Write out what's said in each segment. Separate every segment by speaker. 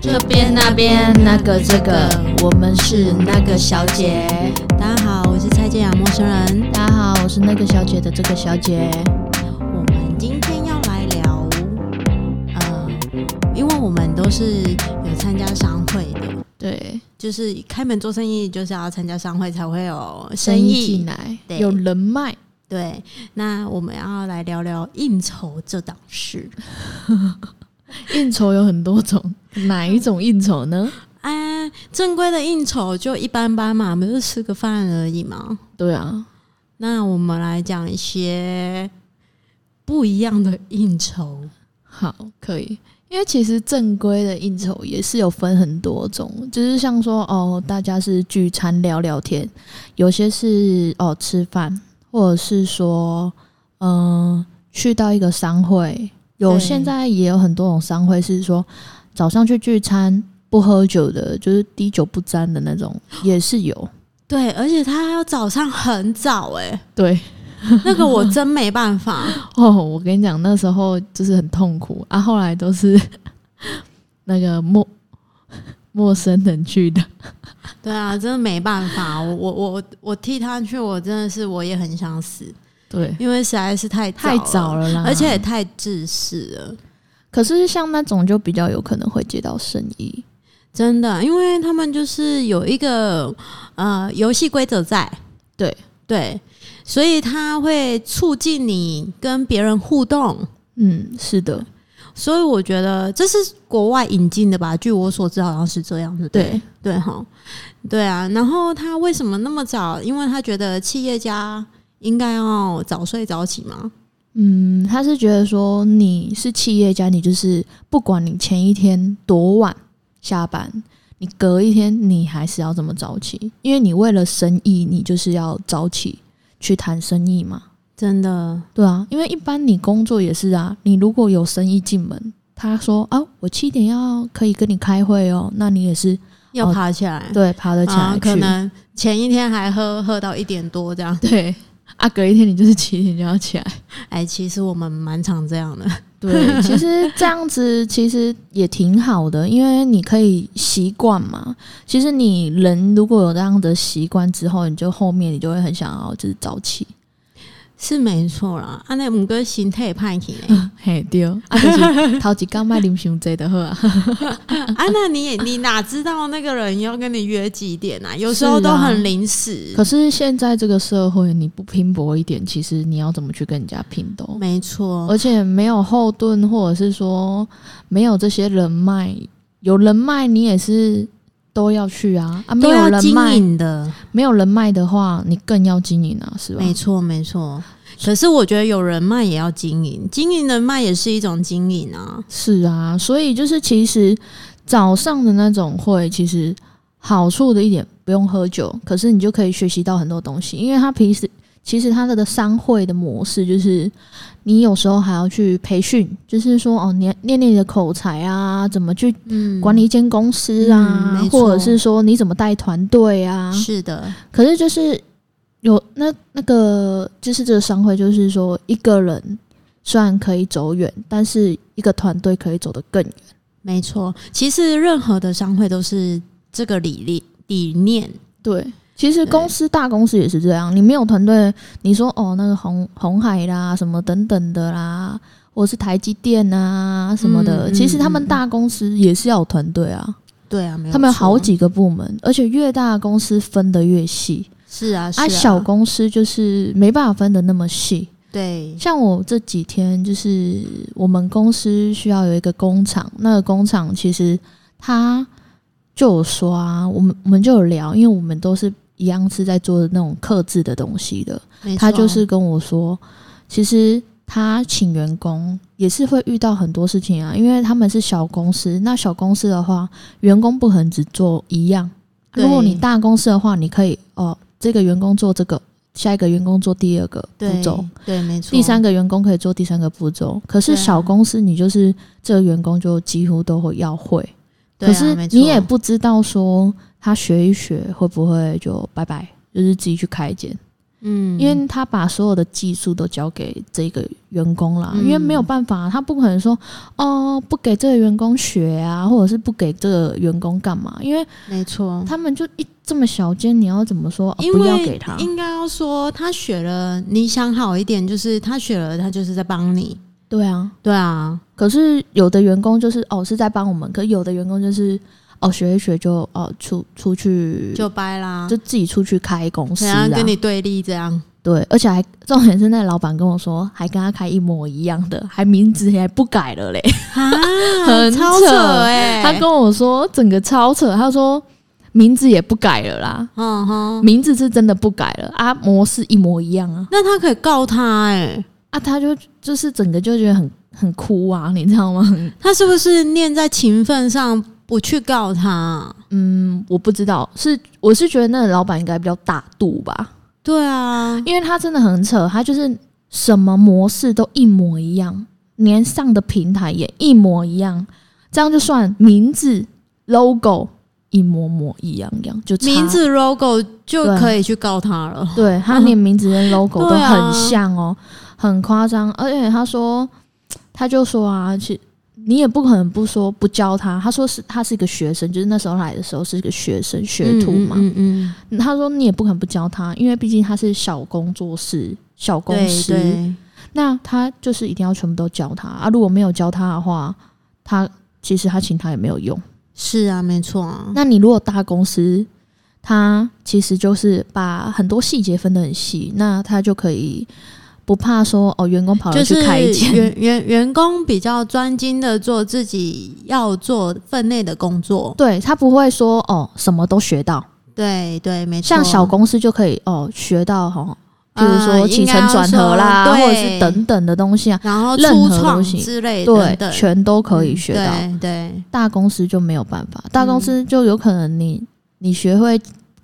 Speaker 1: 这边那边那个这个，我们是那个小姐。
Speaker 2: 大家好，我是蔡健雅陌生人。
Speaker 1: 大家好，我是那个小姐的这个小姐。
Speaker 2: 我们今天要来聊，呃，因为我们都是有参加商会的，
Speaker 1: 对，
Speaker 2: 就是开门做生意就是要参加商会才会有
Speaker 1: 生
Speaker 2: 生
Speaker 1: 意
Speaker 2: 意
Speaker 1: 进。来
Speaker 2: 对
Speaker 1: 有人脉，
Speaker 2: 对，那我们要来聊聊应酬这档事。
Speaker 1: 应酬有很多 种，哪一种应酬呢？
Speaker 2: 啊，正规的应酬就一般般嘛，不是吃个饭而已嘛。
Speaker 1: 对啊，
Speaker 2: 那我们来讲一些不一样的应酬。
Speaker 1: 好，可以。因为其实正规的应酬也是有分很多种，就是像说哦，大家是聚餐聊聊天，有些是哦吃饭，或者是说嗯、去到一个商会，有
Speaker 2: 对
Speaker 1: 现在也有很多种商会是说早上去聚餐不喝酒的，就是滴酒不沾的那种，也是有。
Speaker 2: 对，而且他要早上很早哎、
Speaker 1: 对
Speaker 2: 那个我真没办法。
Speaker 1: 哦，我跟你讲，那时候就是很痛苦啊，后来都是 那个陌陌生人去的。
Speaker 2: 对啊，真的没办法。我我我我替他去，我真的是我也很想死，
Speaker 1: 对，
Speaker 2: 因为实在是太
Speaker 1: 太
Speaker 2: 早
Speaker 1: 早
Speaker 2: 了，
Speaker 1: 了啦，
Speaker 2: 而且也太自私了。
Speaker 1: 可是像那种就比较有可能会接到生意，
Speaker 2: 真的，因为他们就是有一个呃游戏规则在，
Speaker 1: 对
Speaker 2: 对，所以它会促进你跟别人互动。
Speaker 1: 嗯，是的，
Speaker 2: 所以我觉得这是国外引进的吧，据我所知好像是这样子。对
Speaker 1: 对，
Speaker 2: 对哈，对啊。然后他为什么那么早？因为他觉得企业家应该要早睡早起嘛。
Speaker 1: 嗯，他是觉得说你是企业家，你就是不管你前一天多晚下班，你隔一天你还是要这么早起，因为你为了生意，你就是要早起去谈生意嘛，
Speaker 2: 真的，
Speaker 1: 对啊，因为一般你工作也是啊，你如果有生意进门，他说啊，我七点要可以跟你开会哦，那你也是
Speaker 2: 要
Speaker 1: 哦
Speaker 2: 爬起来，
Speaker 1: 对爬得起来
Speaker 2: 啊，
Speaker 1: 去，
Speaker 2: 可能前一天还喝喝到一点多这样。
Speaker 1: 对啊，隔一天你就是七点就要起来。
Speaker 2: 哎，其实我们蛮常这样的。
Speaker 1: 对， 其实这样子其实也挺好的，因为你可以习惯嘛。其实你人如果有这样的习惯之后，你就后面你就会很想要就是早起。
Speaker 2: 是没错啦，啊，那五个心态派去呢？
Speaker 1: 嘿，对， 啊，就是头一刚卖啉伤济的好啊。
Speaker 2: 啊，那你也你哪知道那个人要跟你约几点啊？有时候
Speaker 1: 是
Speaker 2: 都
Speaker 1: 啊
Speaker 2: 很临时。
Speaker 1: 可是现在这个社会，你不拼搏一点，其实你要怎么去跟人家拼斗？
Speaker 2: 没错，
Speaker 1: 而且没有后盾，或者是说没有这些人脉，有人脉你也是都要去啊啊！没
Speaker 2: 都
Speaker 1: 有
Speaker 2: 要
Speaker 1: 人
Speaker 2: 经
Speaker 1: 脉，
Speaker 2: 营的。
Speaker 1: 没有人脉的话，你更要经营啊，是吧？
Speaker 2: 没错，没错。可是我觉得有人脉也要经营，经营人脉也是一种经营啊。
Speaker 1: 是啊，所以就是其实早上的那种会，其实好处的一点不用喝酒，可是你就可以学习到很多东西，因为他平时其实他的商会的模式就是，你有时候还要去培训，就是说哦，你练练你的口才啊，怎么去
Speaker 2: 嗯
Speaker 1: 管理一间公司啊，
Speaker 2: 嗯没错
Speaker 1: 或者是说你怎么带团队啊，
Speaker 2: 是的，
Speaker 1: 可是就是有那那个就是这个商会，就是说一个人虽然可以走远，但是一个团队可以走得更远。
Speaker 2: 没错。其实任何的商会都是这个理念理念。
Speaker 1: 对，其实公司大公司也是这样，你没有团队，你说哦那个红红海啦什么等等的啦，或者是台积电啊什么的，
Speaker 2: 嗯嗯
Speaker 1: 其实他们大公司也是要有团队啊，
Speaker 2: 对啊，没有
Speaker 1: 他们有
Speaker 2: 错
Speaker 1: 好几个部门，而且越大的公司分得越细，
Speaker 2: 是啊，是
Speaker 1: 啊小公司就是没办法分得那么细。
Speaker 2: 对
Speaker 1: 像我这几天就是我们公司需要有一个工厂，那个工厂其实他就有说啊，我们我们就有聊，因为我们都是一样是在做那种刻制的东西的，
Speaker 2: 没
Speaker 1: 他
Speaker 2: 错啊
Speaker 1: 就是跟我说，其实他请员工也是会遇到很多事情啊，因为他们是小公司，那小公司的话，员工不可能只做一样。
Speaker 2: 对
Speaker 1: 如果你大公司的话，你可以哦，这个员工做这个，下一个员工做第二个步
Speaker 2: 对
Speaker 1: 骤，
Speaker 2: 对，没错。
Speaker 1: 第三个员工可以做第三个步骤，可是
Speaker 2: 对啊
Speaker 1: 小公司你就是这个员工就几乎都会要会，
Speaker 2: 对
Speaker 1: 可
Speaker 2: 啊，
Speaker 1: 是
Speaker 2: 没错
Speaker 1: 你也不知道说他学一学会不会就拜拜，就是自己去开一间。
Speaker 2: 嗯，
Speaker 1: 因为他把所有的技术都交给这个员工啦，
Speaker 2: 嗯
Speaker 1: 因为没有办法，他不可能说哦不给这个员工学啊，或者是不给这个员工干嘛，因为
Speaker 2: 没错，
Speaker 1: 他们就一这么小间，你要怎么说、哦
Speaker 2: 因
Speaker 1: 不要
Speaker 2: 为
Speaker 1: 给他？
Speaker 2: 应该要说他学了，你想好一点，就是他学了，他就是在帮你。
Speaker 1: 对啊，
Speaker 2: 对啊，
Speaker 1: 可是有的员工就是哦是在帮我们，可有的员工就是哦学一学就哦出出去
Speaker 2: 就掰啦
Speaker 1: 就，自己出去开公司
Speaker 2: 怎
Speaker 1: 啊
Speaker 2: 样，跟你对立这 样？
Speaker 1: 对，而且还重点是那老板跟我说，还跟他开一模一样的，还名字还不改了嘞。
Speaker 2: 啊，
Speaker 1: 很
Speaker 2: 超
Speaker 1: 扯欸
Speaker 2: 扯哎、
Speaker 1: 他跟我说整个超扯，他说名字也不改了啦，
Speaker 2: 嗯哼，
Speaker 1: 名字是真的不改了啊，模式一模一样啊
Speaker 2: 那他可以告他哎、
Speaker 1: 啊，他就就是整个就觉得很很哭啊，你知道吗？
Speaker 2: 他是不是念在情分上不去告他？
Speaker 1: 嗯，我不知道，是我是觉得那个老板应该比较大度吧，
Speaker 2: 对啊，
Speaker 1: 因为他真的很扯，他就是什么模式都一模一样，连上的平台也一模一样，这样就算名字 logo 一模模一样样，就差
Speaker 2: 名字 logo 就
Speaker 1: 对
Speaker 2: 可以去告他了。
Speaker 1: 对他连名字跟 logo 都
Speaker 2: 对啊
Speaker 1: 很像哦，很夸张。而且他说，他就说啊，其实你也不可能不说不教他。他说是他是一个学生，就是那时候来的时候是一个学生学徒嘛。
Speaker 2: 嗯嗯嗯
Speaker 1: 他说你也不可能不教他，因为毕竟他是小工作室、小公
Speaker 2: 对
Speaker 1: 司，
Speaker 2: 对，
Speaker 1: 那他就是一定要全部都教他啊。如果没有教他的话，他其实他请他也没有用。
Speaker 2: 是啊，没错啊。
Speaker 1: 那你如果大公司，它其实就是把很多细节分得很细，那它就可以不怕说哦，员工跑
Speaker 2: 就
Speaker 1: 了去
Speaker 2: 是
Speaker 1: 开一间，
Speaker 2: 员员员工比较专精的做自己要做分内的工作，
Speaker 1: 对他不会说哦什么都学到，
Speaker 2: 对对，啊没错。
Speaker 1: 像小公司就可以哦学到哦，比
Speaker 2: 呃，
Speaker 1: 如说起承转合啦，
Speaker 2: 应该要说
Speaker 1: 或者
Speaker 2: 对
Speaker 1: 是等等的东西啊，
Speaker 2: 然后
Speaker 1: 任
Speaker 2: 初
Speaker 1: 何
Speaker 2: 创
Speaker 1: 东西
Speaker 2: 之类
Speaker 1: 对
Speaker 2: 等，等，
Speaker 1: 全都可以学到。
Speaker 2: 嗯对
Speaker 1: 大公司就没有办法，大公
Speaker 2: 嗯
Speaker 1: 司就有可能你你学会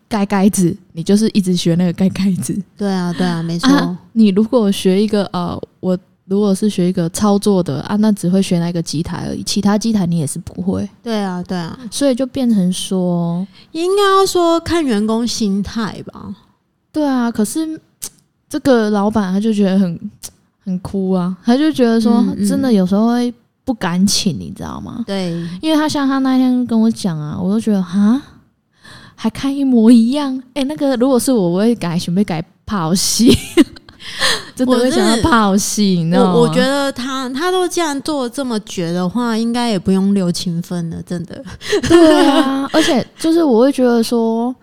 Speaker 1: 盖盖子，你就是一直学那个盖盖 子。
Speaker 2: 对对啊，对啊，没错。
Speaker 1: 啊，你如果学一个呃，我如果是学一个操作的啊，那只会学那个机台而已，其他机台你也是不会，
Speaker 2: 对啊，对啊，
Speaker 1: 所以就变成说，
Speaker 2: 应该要说看员工心态吧。
Speaker 1: 对啊，可是嘖这个老板他就觉得很嘖很哭啊，他就觉得说，
Speaker 2: 嗯嗯
Speaker 1: 真的有时候会不敢请，你知道吗？
Speaker 2: 对，
Speaker 1: 因为他像他那天跟我讲啊，我就觉得哈，还看一模一样，哎、那个如果是我，我会改，准备改泡戏， 真的
Speaker 2: 我
Speaker 1: 会想
Speaker 2: 真的
Speaker 1: 要泡戏，你知道吗？
Speaker 2: 我我觉得他他都这样做这么绝的话，应该也不用留情分了，真的。
Speaker 1: 对啊，而且就是我会觉得说，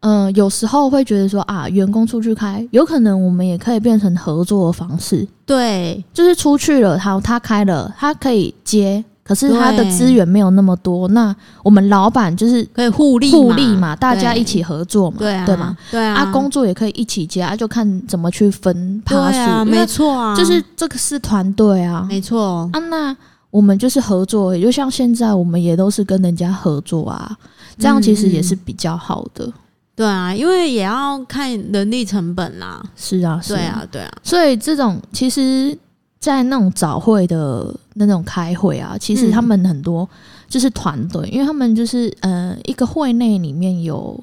Speaker 1: 嗯、有时候会觉得说啊，员工出去开，有可能我们也可以变成合作的方式，
Speaker 2: 对
Speaker 1: 就是出去了，好，他开了，他可以接，可是他的
Speaker 2: 对
Speaker 1: 资源没有那么多，那我们老板就是
Speaker 2: 可以互利
Speaker 1: 互利嘛，大家
Speaker 2: 对
Speaker 1: 一起合作嘛，
Speaker 2: 对啊，
Speaker 1: 对吗？？
Speaker 2: 对啊，
Speaker 1: 啊，工作也可以一起接，啊，就看怎么去分
Speaker 2: 对
Speaker 1: 趴数，
Speaker 2: 啊，
Speaker 1: 因为
Speaker 2: 没错啊，
Speaker 1: 就是这个是团队啊，
Speaker 2: 没错，
Speaker 1: 啊，那我们就是合作，也就像现在我们也都是跟人家合作啊，这样其实也是比较好的。
Speaker 2: 对啊，因为也要看人力成本啦。
Speaker 1: 是啊，是
Speaker 2: 对啊，对啊，
Speaker 1: 所以这种其实，在那种早会的那种开会啊，其实
Speaker 2: 嗯
Speaker 1: 他们很多就是团队，因为他们就是呃一个会内里面有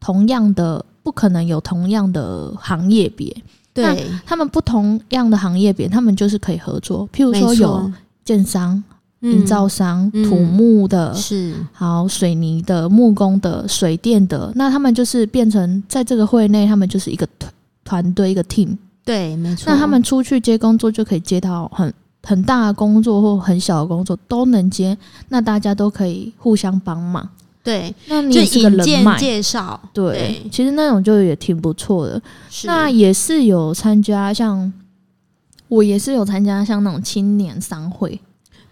Speaker 1: 同样的，不可能有同样的行业别，
Speaker 2: 对，
Speaker 1: 他们不同样的行业别，他们就是可以合作。譬如
Speaker 2: 没错
Speaker 1: 说有建商、营造商、
Speaker 2: 嗯
Speaker 1: 土木的、
Speaker 2: 嗯是
Speaker 1: 好，水泥的、木工的、水电的，那他们就是变成在这个会内，他们就是一个团团队、一个 team。
Speaker 2: 对，没错。
Speaker 1: 那他们出去接工作，就可以接到很很大的工作或很小的工作都能接，那大家都可以互相帮忙。
Speaker 2: 对
Speaker 1: 那你
Speaker 2: 就
Speaker 1: 也是个
Speaker 2: 引
Speaker 1: 人
Speaker 2: 荐
Speaker 1: 脉，
Speaker 2: 介绍，
Speaker 1: 对，
Speaker 2: 对，
Speaker 1: 其实那种就也挺不错的。
Speaker 2: 是
Speaker 1: 那也是有参加像。我也是有参加像那种青年商会，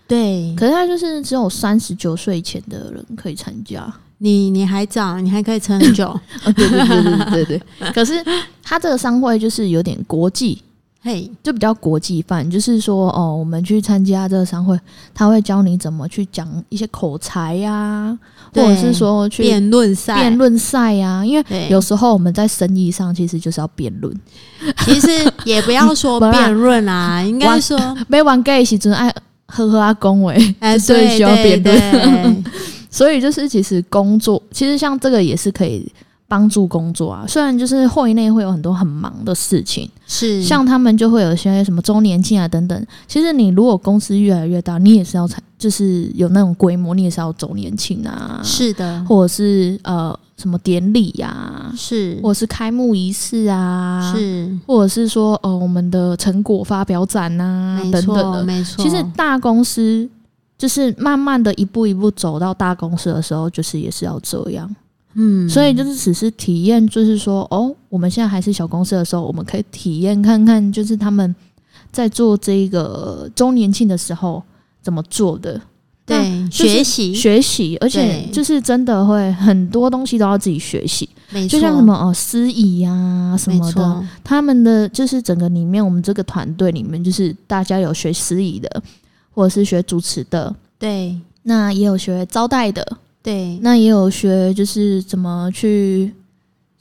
Speaker 2: 对
Speaker 1: 可是他就是只有三十九岁以前的人可以参 加。
Speaker 2: 你你还早，你还可以 撑很久。
Speaker 1: 哦对对对对对对对。 可是他这个商会就是有点国际，
Speaker 2: 嘿，
Speaker 1: 就比较国际范，就是说哦，我们去参加这个商会，他会教你怎么去讲一些口才呀、或
Speaker 2: 对
Speaker 1: 者是说去
Speaker 2: 辩论赛，
Speaker 1: 辩论赛呀，因为。
Speaker 2: 对，
Speaker 1: 有时候我们在生意上其实就是要辩论，
Speaker 2: 其实也不要 说
Speaker 1: 不啦
Speaker 2: 辩论啦，应该说，
Speaker 1: 没玩 gay 时阵爱哎呵呵啊恭维，
Speaker 2: 哎，
Speaker 1: 所以
Speaker 2: 对
Speaker 1: 需要
Speaker 2: 对
Speaker 1: 辩论
Speaker 2: 对
Speaker 1: 所以就是其实工作其实像这个也是可以帮助工作啊。虽然就是会内会有很多很忙的事情，
Speaker 2: 是
Speaker 1: 像他们就会有一些什么周年庆啊等等。其实你如果公司越来越大，你也是要参，就是有那种规模，你也是要周年庆啊，
Speaker 2: 是的，
Speaker 1: 或者是呃什么典礼呀、
Speaker 2: 是
Speaker 1: 或者是开幕仪式啊，
Speaker 2: 是
Speaker 1: 或者是说呃我们的成果发表展啊
Speaker 2: 没
Speaker 1: 等等
Speaker 2: 错
Speaker 1: 的。
Speaker 2: 没错，
Speaker 1: 其实大公司就是慢慢的一步一步走到大公司的时候，就是也是要这样。
Speaker 2: 嗯，
Speaker 1: 所以就是只是体验，就是说哦，我们现在还是小公司的时候，我们可以体验看看，就是他们在做这个周年庆的时候怎么做的。
Speaker 2: 对
Speaker 1: 就是
Speaker 2: 学习
Speaker 1: 学习，而且
Speaker 2: 嗯对
Speaker 1: 就是真的会很多东西都要自己学习，
Speaker 2: 没错
Speaker 1: 就像什么哦司仪呀什
Speaker 2: 没
Speaker 1: 么的，
Speaker 2: 错
Speaker 1: 他们的就是整个里面，我们这个团队里面，就是大家有学司仪的，或者是学主持的，
Speaker 2: 对
Speaker 1: 那也有学招待的，
Speaker 2: 对
Speaker 1: 那也有学就是怎么去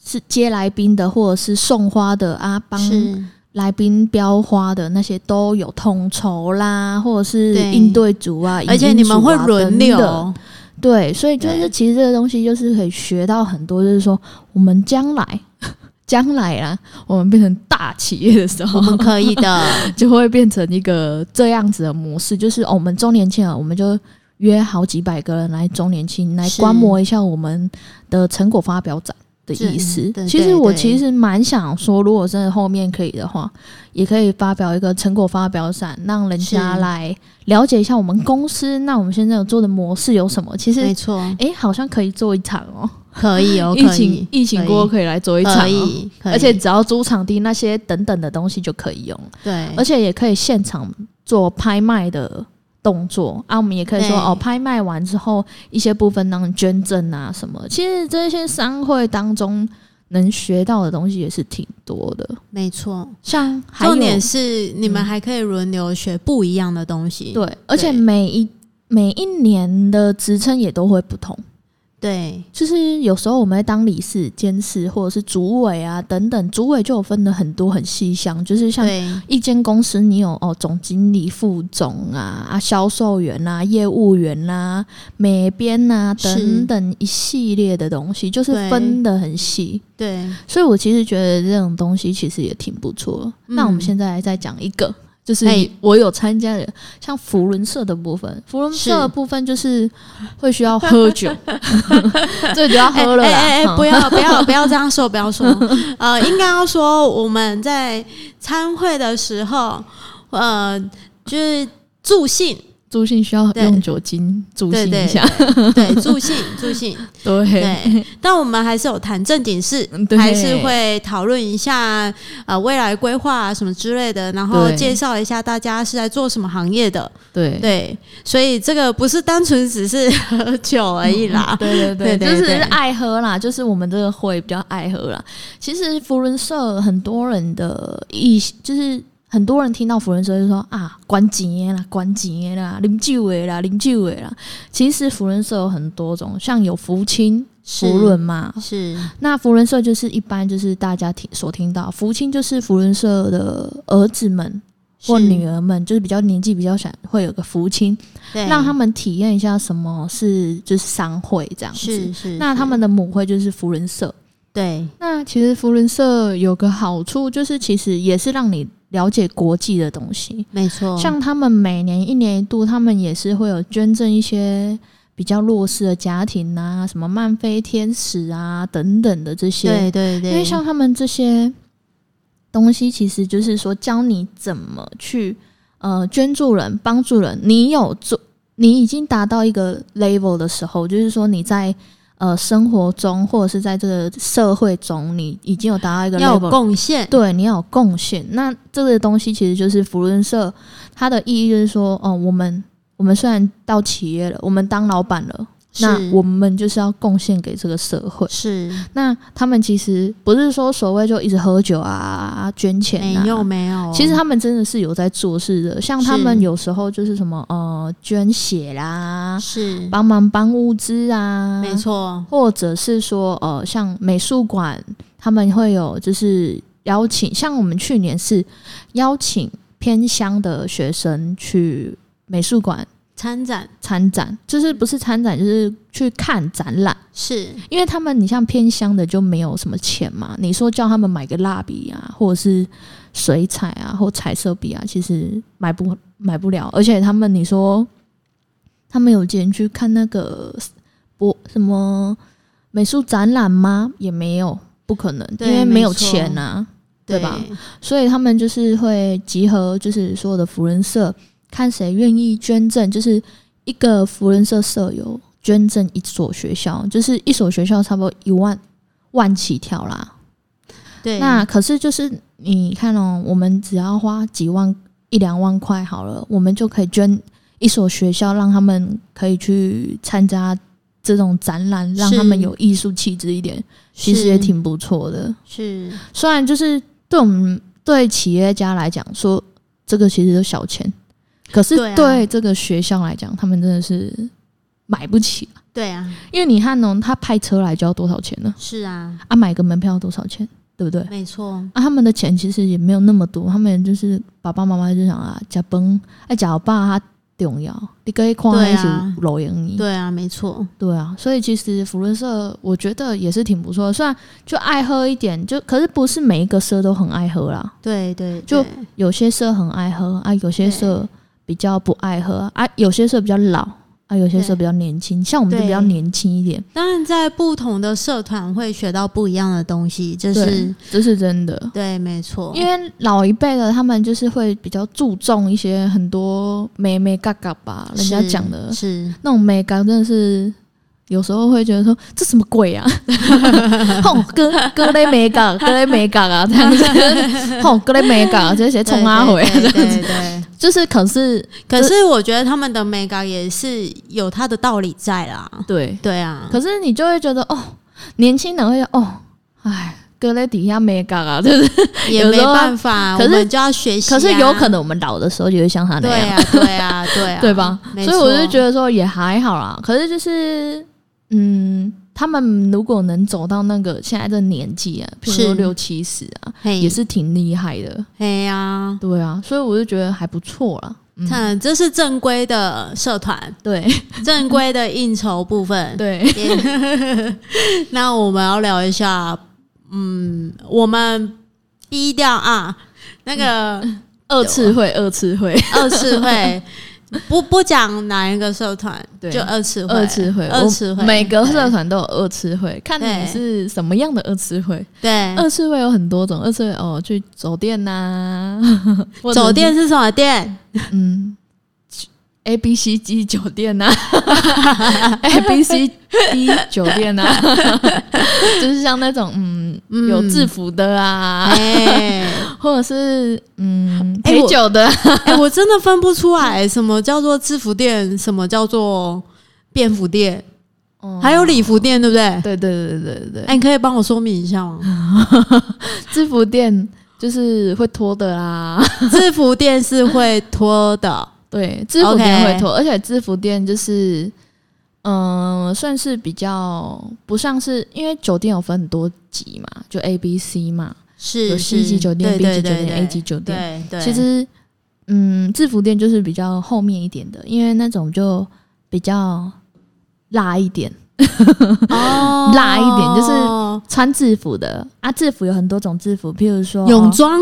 Speaker 1: 是接来宾的，或者是送花的啊，帮
Speaker 2: 是
Speaker 1: 来宾标花的那些都有统筹啦，或者是
Speaker 2: 对
Speaker 1: 应对组啊，
Speaker 2: 而且
Speaker 1: 影音
Speaker 2: 你
Speaker 1: 组
Speaker 2: 们会
Speaker 1: 啊
Speaker 2: 轮
Speaker 1: 等等
Speaker 2: 流，
Speaker 1: 对，所以就
Speaker 2: 对
Speaker 1: 是其实这个东西就是可以学到很多，就是说我们将来 将来啊，我们变成大企业的时候
Speaker 2: 我，们可以 的，
Speaker 1: 就会变成一个这样子的模式，就是、哦、我们周年庆啊，我们就约好几百个人来周年庆来
Speaker 2: 是
Speaker 1: 观摩一下我们的成果发表展。的
Speaker 2: 是嗯
Speaker 1: 意思
Speaker 2: 对，
Speaker 1: 其实
Speaker 2: 对
Speaker 1: 我
Speaker 2: 对
Speaker 1: 其实蛮想说，如果真的后面可以的话，也可以发表一个成果发表展，让人家
Speaker 2: 是
Speaker 1: 来了解一下我们公司。那我们现在有做的模式有什么？其实
Speaker 2: 没错，
Speaker 1: 哎、好像可以做一场哦、
Speaker 2: 可以哦，
Speaker 1: 疫
Speaker 2: 可以
Speaker 1: 情疫情过后
Speaker 2: 可
Speaker 1: 可以来做
Speaker 2: 以
Speaker 1: 一场、
Speaker 2: 可
Speaker 1: 哦，
Speaker 2: 以，可以
Speaker 1: 而且只要租场地那些等等的东西就可以用，
Speaker 2: 对，
Speaker 1: 而且也可以现场做拍卖的动作啊。我们也可以说
Speaker 2: 对
Speaker 1: 哦，拍卖完之后一些部分让捐赠啊什么。其实这些商会当中能学到的东西也是挺多的，
Speaker 2: 没错。
Speaker 1: 像还有
Speaker 2: 重点是你们
Speaker 1: 嗯
Speaker 2: 还可以轮流学不一样的东西，
Speaker 1: 对，而且每一每一年的职称也都会不同。
Speaker 2: 对
Speaker 1: 就是有时候我们在当理事、监事或者是主委啊等等，主委就有分的很多很细项，就是像
Speaker 2: 对
Speaker 1: 一间公司你有哦总经理、副总啊、啊销售员啊、业务员啊、美编啊
Speaker 2: 是
Speaker 1: 等等一系列的东西，就是
Speaker 2: 对
Speaker 1: 分的很细。
Speaker 2: 对
Speaker 1: 所以我其实觉得这种东西其实也挺不错的。
Speaker 2: 嗯
Speaker 1: 那我们现在再讲一个。就是
Speaker 2: 哎
Speaker 1: 我有参加的，像福伦社的部分，福伦社
Speaker 2: 是
Speaker 1: 的部分就是会需要喝 酒，这就要喝了啦。
Speaker 2: 哎哎哎
Speaker 1: 哈
Speaker 2: 不要不要不要这样说，不 要说，呃，应该要说我们在参会的时候，呃，就是助兴，
Speaker 1: 助兴需要
Speaker 2: 对
Speaker 1: 用酒精助兴
Speaker 2: 对对
Speaker 1: 一下，
Speaker 2: 对对，助兴助兴，
Speaker 1: 对
Speaker 2: 对，但我们还是有谈正经事
Speaker 1: 嗯对，
Speaker 2: 还是会讨论一下呃未来规划啊什么之类的，然后
Speaker 1: 对
Speaker 2: 介绍一下大家是在做什么行业的，
Speaker 1: 对
Speaker 2: 对，所以这个不是单纯只是喝酒而已啦，
Speaker 1: 对对 对，
Speaker 2: 对对
Speaker 1: 就是
Speaker 2: 对
Speaker 1: 爱喝啦，就是我们这个会比较爱喝啦。其实福伦社很多人的意，就是很多人听到福伦社就说啊，管钱的啦，管钱的啦，林酒的啦，林酒的啦。其实福伦社有很多种，像有福清、
Speaker 2: 是
Speaker 1: 福伦嘛。
Speaker 2: 是
Speaker 1: 那福伦社就是一般就是大家听所听到，福清就是福伦社的儿子们或
Speaker 2: 是
Speaker 1: 女儿们，就是比较年纪比较小，会有个福清，
Speaker 2: 对，
Speaker 1: 让他们体验一下什么是就是商会这样子。
Speaker 2: 是是，
Speaker 1: 那他
Speaker 2: 是
Speaker 1: 们的母会就是福伦社。
Speaker 2: 对
Speaker 1: 那其实福伦社有个好处，就是其实也是让你了解国际的东西。
Speaker 2: 没错，
Speaker 1: 像他们每年一年一度，他们也是会有捐赠一些比较弱势的家庭啊，什么漫飞天使啊等等的这些。
Speaker 2: 对对对，
Speaker 1: 因为像他们这些东西，其实就是说教你怎么去呃捐助人、帮助人。你有做，你已经达到一个 level 的时候，就是说你在呃生活中或者是在这个社会中，你已经有达到一个
Speaker 2: 要有
Speaker 1: level。
Speaker 2: 贡献，
Speaker 1: 对，你要有贡献。那这个东西其实就是福伦社，它的意义就是说，哦、我们我们虽然到企业了，我们当老板了，那
Speaker 2: 是
Speaker 1: 我们就是要贡献给这个社会。
Speaker 2: 是
Speaker 1: 那他们其实不是说所谓就一直喝酒啊、捐钱
Speaker 2: 没
Speaker 1: 啊，
Speaker 2: 有没有，
Speaker 1: 其实他们真的是有在做事的，像他
Speaker 2: 是
Speaker 1: 们有时候就是什么呃捐血啦，
Speaker 2: 是
Speaker 1: 帮忙搬物资啊，
Speaker 2: 没，错，
Speaker 1: 或者是说呃像美术馆他们会有就是邀请，像我们去年是邀请偏乡的学生去美术馆
Speaker 2: 参展
Speaker 1: 参展，就是不是参展，就是去看展览。
Speaker 2: 是
Speaker 1: 因为他们，你像偏乡的就没有什么钱嘛，你说叫他们买个蜡笔啊，或者是水彩啊，或彩色笔啊，其实买不买不了。而且他们，你说他们有钱去看那个博什么美术展览吗？也没有，不可能，因
Speaker 2: 对
Speaker 1: 为没有
Speaker 2: 没错
Speaker 1: 钱啊。对吧？所以他们就是会集合，就是所有的福人社，看谁愿意捐赠，就是一个福人社社友捐赠一所学校，就是一所学校差不多一万万起跳啦。
Speaker 2: 对，
Speaker 1: 那可是就是你看哦，我们只要花几万一两万块好了，我们就可以捐一所学校，让他们可以去参加这种展览，让他们有艺术气质一点，其实也
Speaker 2: 是
Speaker 1: 挺不错的。
Speaker 2: 是
Speaker 1: 虽然就是对我们对企业家来讲说，这个其实都小钱，可是
Speaker 2: 对啊
Speaker 1: 对这个学校来讲，他们真的是买不起、
Speaker 2: 对啊，
Speaker 1: 因为你看哦，他派车来就要多少钱呢？
Speaker 2: 是啊，
Speaker 1: 啊，买个门票要多少钱，对不对？
Speaker 2: 没错，
Speaker 1: 啊，他们的钱其实也没有那么多，他们就是爸爸妈妈就想啊，加崩，哎，假爸他重要，你可以看
Speaker 2: 对
Speaker 1: 一起
Speaker 2: 啊
Speaker 1: 楼赢你，
Speaker 2: 对啊，没错，
Speaker 1: 对啊，所以其实福伦社我觉得也是挺不错的，虽然就爱喝一点，就可是不是每一个社都很爱喝啦，
Speaker 2: 对对，
Speaker 1: 就
Speaker 2: 对
Speaker 1: 有些社很爱喝啊，有些社比较不爱喝啊，有些社比较老啊，有些社
Speaker 2: 对
Speaker 1: 比较年轻，像我们就比较
Speaker 2: 对
Speaker 1: 年轻一点，
Speaker 2: 当然在不同的社团会学到不一样的东西，这
Speaker 1: 对
Speaker 2: 是，哦
Speaker 1: 这是真的。
Speaker 2: 对，没错，
Speaker 1: 因为老一辈的他们就是会比较注重一些很多美美嘎嘎吧，人家
Speaker 2: 是
Speaker 1: 讲的
Speaker 2: 是
Speaker 1: 那种美感真的是。有时候会觉得说这什么 鬼啊，吼哥哥嘞美感，哥嘞美感啊，这样子，吼哥嘞美感啊，这些冲啊回，
Speaker 2: 对对对对对。
Speaker 1: 就是可是
Speaker 2: 可是我觉得他们的美感也是有它的道理在啦，
Speaker 1: 对，
Speaker 2: 对啊，
Speaker 1: 可是你就会觉得哦，年轻人会觉得哦，哎，哥嘞底下美感啊， 就是，
Speaker 2: 也
Speaker 1: 有
Speaker 2: 没
Speaker 1: 时候
Speaker 2: 办法，
Speaker 1: 可是
Speaker 2: 我们就要学习啊。
Speaker 1: 可是有可能我们老的时候就会像他那
Speaker 2: 对
Speaker 1: 样，
Speaker 2: 啊，对啊，对啊，
Speaker 1: 对吧？
Speaker 2: 没
Speaker 1: 所以我
Speaker 2: 错
Speaker 1: 就觉得说也还好啦。可是就是，嗯，他们如果能走到那个现在的年纪啊，譬如说
Speaker 2: 是哎
Speaker 1: 六七十啊，
Speaker 2: 嘿
Speaker 1: 也是挺厉害的。
Speaker 2: 哎呀，
Speaker 1: 对啊，所以我就觉得还不错啦。
Speaker 2: 看这是正规的社团，
Speaker 1: 对
Speaker 2: 正规的应酬部分。
Speaker 1: 对，
Speaker 2: 那我们要聊一下，嗯，我们低调啊，那个
Speaker 1: 嗯二次会，二次会，
Speaker 2: 二次 会，不不讲哪一个社团，
Speaker 1: 对
Speaker 2: 就二次会，
Speaker 1: 二次会，
Speaker 2: 二次会，
Speaker 1: 我每个社团都有二次会，看你是什么样的二次会。
Speaker 2: 对。
Speaker 1: 二次会有很多种，二次会哦，去走店呐、 或者
Speaker 2: 酒
Speaker 1: 是
Speaker 2: 店是什么 店？
Speaker 1: 嗯，A B C D 酒 店呐、啊、，A B C D 酒店呐、啊， 就是像那种嗯
Speaker 2: 嗯
Speaker 1: 有制服的啊，
Speaker 2: 哎
Speaker 1: 或者是嗯
Speaker 2: 哎
Speaker 1: 陪
Speaker 2: 我
Speaker 1: 酒的啊、
Speaker 2: 哎，我真的分不出来，什么叫做制服店，什么叫做便服店，
Speaker 1: 哦
Speaker 2: 还有礼服店，对不 对？
Speaker 1: 对对对对对对，
Speaker 2: 哎，你可以帮我说明一下 吗？
Speaker 1: 制服店就是会脱的啊啦，
Speaker 2: 制服店是会脱的，
Speaker 1: 对，制服店会脱，而且制服店就是。嗯，算是比较不像是，因为酒店有分很多级嘛，就 A、B、C 嘛，
Speaker 2: 是
Speaker 1: 有 C
Speaker 2: 是
Speaker 1: 级酒
Speaker 2: 对
Speaker 1: 店、B
Speaker 2: 对
Speaker 1: 级酒店、
Speaker 2: 对
Speaker 1: A 级酒店，
Speaker 2: 对对，
Speaker 1: 其实，嗯，制服店就是比较后面一点的，因为那种就比较辣一点，
Speaker 2: 哦
Speaker 1: 辣一点就是穿制服的啊。制服有很多种制服，譬如说
Speaker 2: 泳，装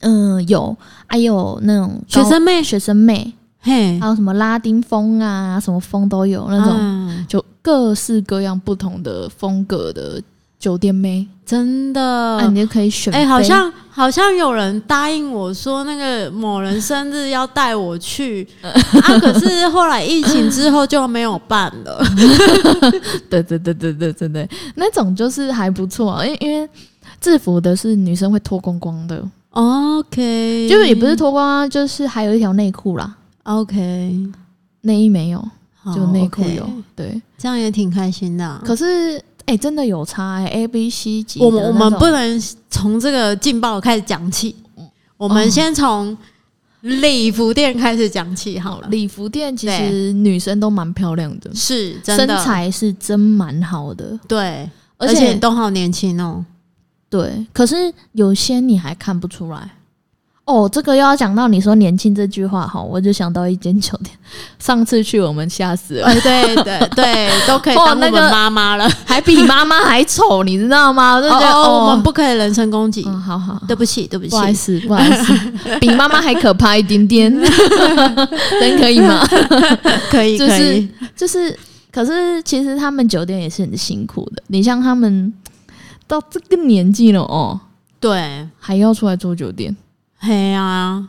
Speaker 1: 嗯、有，还、有那种
Speaker 2: 学
Speaker 1: 高
Speaker 2: 生妹，
Speaker 1: 学生妹，
Speaker 2: 嘿，
Speaker 1: 还有什么拉丁风啊，什么风都有那种，
Speaker 2: 嗯
Speaker 1: 就各式各样不同的风格的酒店妹，
Speaker 2: 真
Speaker 1: 啊，
Speaker 2: 的。
Speaker 1: 你就可以选妃。
Speaker 2: 哎，好像好像有人答应我说，那个某人生日要带我去 啊，可是后来疫情之后就没有办了。
Speaker 1: 对对对对对对对，那种就是还不错、啊，因为因为制服的是女生会脱光光的，
Speaker 2: 嗯哦 OK，哦
Speaker 1: 就是也不是脱光啊，就是还有一条内裤啦，
Speaker 2: OK，
Speaker 1: 内衣没有，
Speaker 2: 好
Speaker 1: 就内裤
Speaker 2: 哦 OK
Speaker 1: 有。对，
Speaker 2: 这样也挺开心的啊。
Speaker 1: 可是哎、真的有差哎、a B C 级的
Speaker 2: 我们我们
Speaker 1: 那种
Speaker 2: 不能从这个劲爆开始讲起，我
Speaker 1: 哦
Speaker 2: 们先从礼服店开始讲起好
Speaker 1: 好
Speaker 2: 了。
Speaker 1: 礼服店，其实女生都蛮漂亮的，
Speaker 2: 是真
Speaker 1: 身
Speaker 2: 的，
Speaker 1: 材是真蛮好的，
Speaker 2: 对，
Speaker 1: 而
Speaker 2: 而且你都好年轻哦。
Speaker 1: 对，可是有些你还看不出来。哦，这个又要讲到你说年轻这句话哈，我就想到一间酒店，上次去我们吓死 了，
Speaker 2: 哎，对对对，都可以
Speaker 1: 哦
Speaker 2: 当我
Speaker 1: 那
Speaker 2: 们
Speaker 1: 个
Speaker 2: 妈妈了。
Speaker 1: 还比妈妈还丑，你知道 吗？我就
Speaker 2: 哦
Speaker 1: 觉得
Speaker 2: 哦，我们
Speaker 1: 不，
Speaker 2: 不可以人身攻击，
Speaker 1: 嗯，好好，
Speaker 2: 对不起，对不起
Speaker 1: 不。好意 思，不好意思，比妈妈还可怕一点点，人可以吗？
Speaker 2: 可以，
Speaker 1: 就
Speaker 2: 可
Speaker 1: 是
Speaker 2: 以，
Speaker 1: 就是，可是其实他们酒店也是很辛苦的。你像他们到这个年纪了哦，
Speaker 2: 对，
Speaker 1: 还要出来做酒店，
Speaker 2: 嘿啊。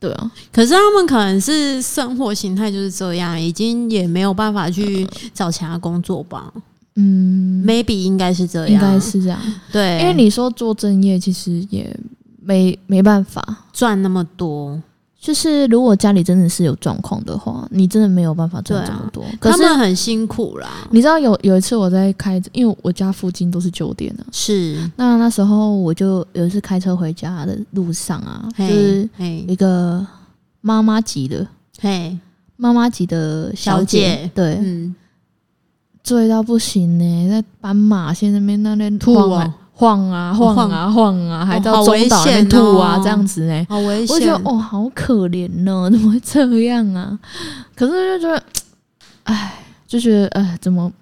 Speaker 1: 对啊，
Speaker 2: 可是他们可能是生活形态就是这样，已经也没有办法去找其他工作吧。
Speaker 1: 嗯，
Speaker 2: Maybe 应该是这样，
Speaker 1: 应该是这样。
Speaker 2: 对，
Speaker 1: 因为你说做正业，其实也没没办法。
Speaker 2: 赚那么多，
Speaker 1: 就是如果家里真的是有状况的话，你真的没有办法赚
Speaker 2: 对
Speaker 1: 这
Speaker 2: 啊
Speaker 1: 么多。可
Speaker 2: 他
Speaker 1: 是
Speaker 2: 们很辛苦啦。
Speaker 1: 你知道有有一次我在开，因为我家附近都是酒店啊。
Speaker 2: 是，
Speaker 1: 那那时候我就有一次开车回家的路上啊，就是
Speaker 2: 嘿，嘿，
Speaker 1: 一个妈妈级的
Speaker 2: 嘿，
Speaker 1: 妈妈级的小姐，
Speaker 2: 小姐
Speaker 1: 对，
Speaker 2: 嗯，
Speaker 1: 醉到不行呢、在斑马线那边那边
Speaker 2: 吐
Speaker 1: 晃
Speaker 2: 哦
Speaker 1: 啊晃啊晃啊晃啊，还到
Speaker 2: 好
Speaker 1: 中岛那
Speaker 2: 危
Speaker 1: 边
Speaker 2: 险
Speaker 1: 吐啊，
Speaker 2: 哦
Speaker 1: 这样子呢、
Speaker 2: 好危
Speaker 1: 我就
Speaker 2: 险
Speaker 1: 觉得。哦，好可怜呢， 怎么会这样啊？可是就觉得，哎，就觉得哎，怎么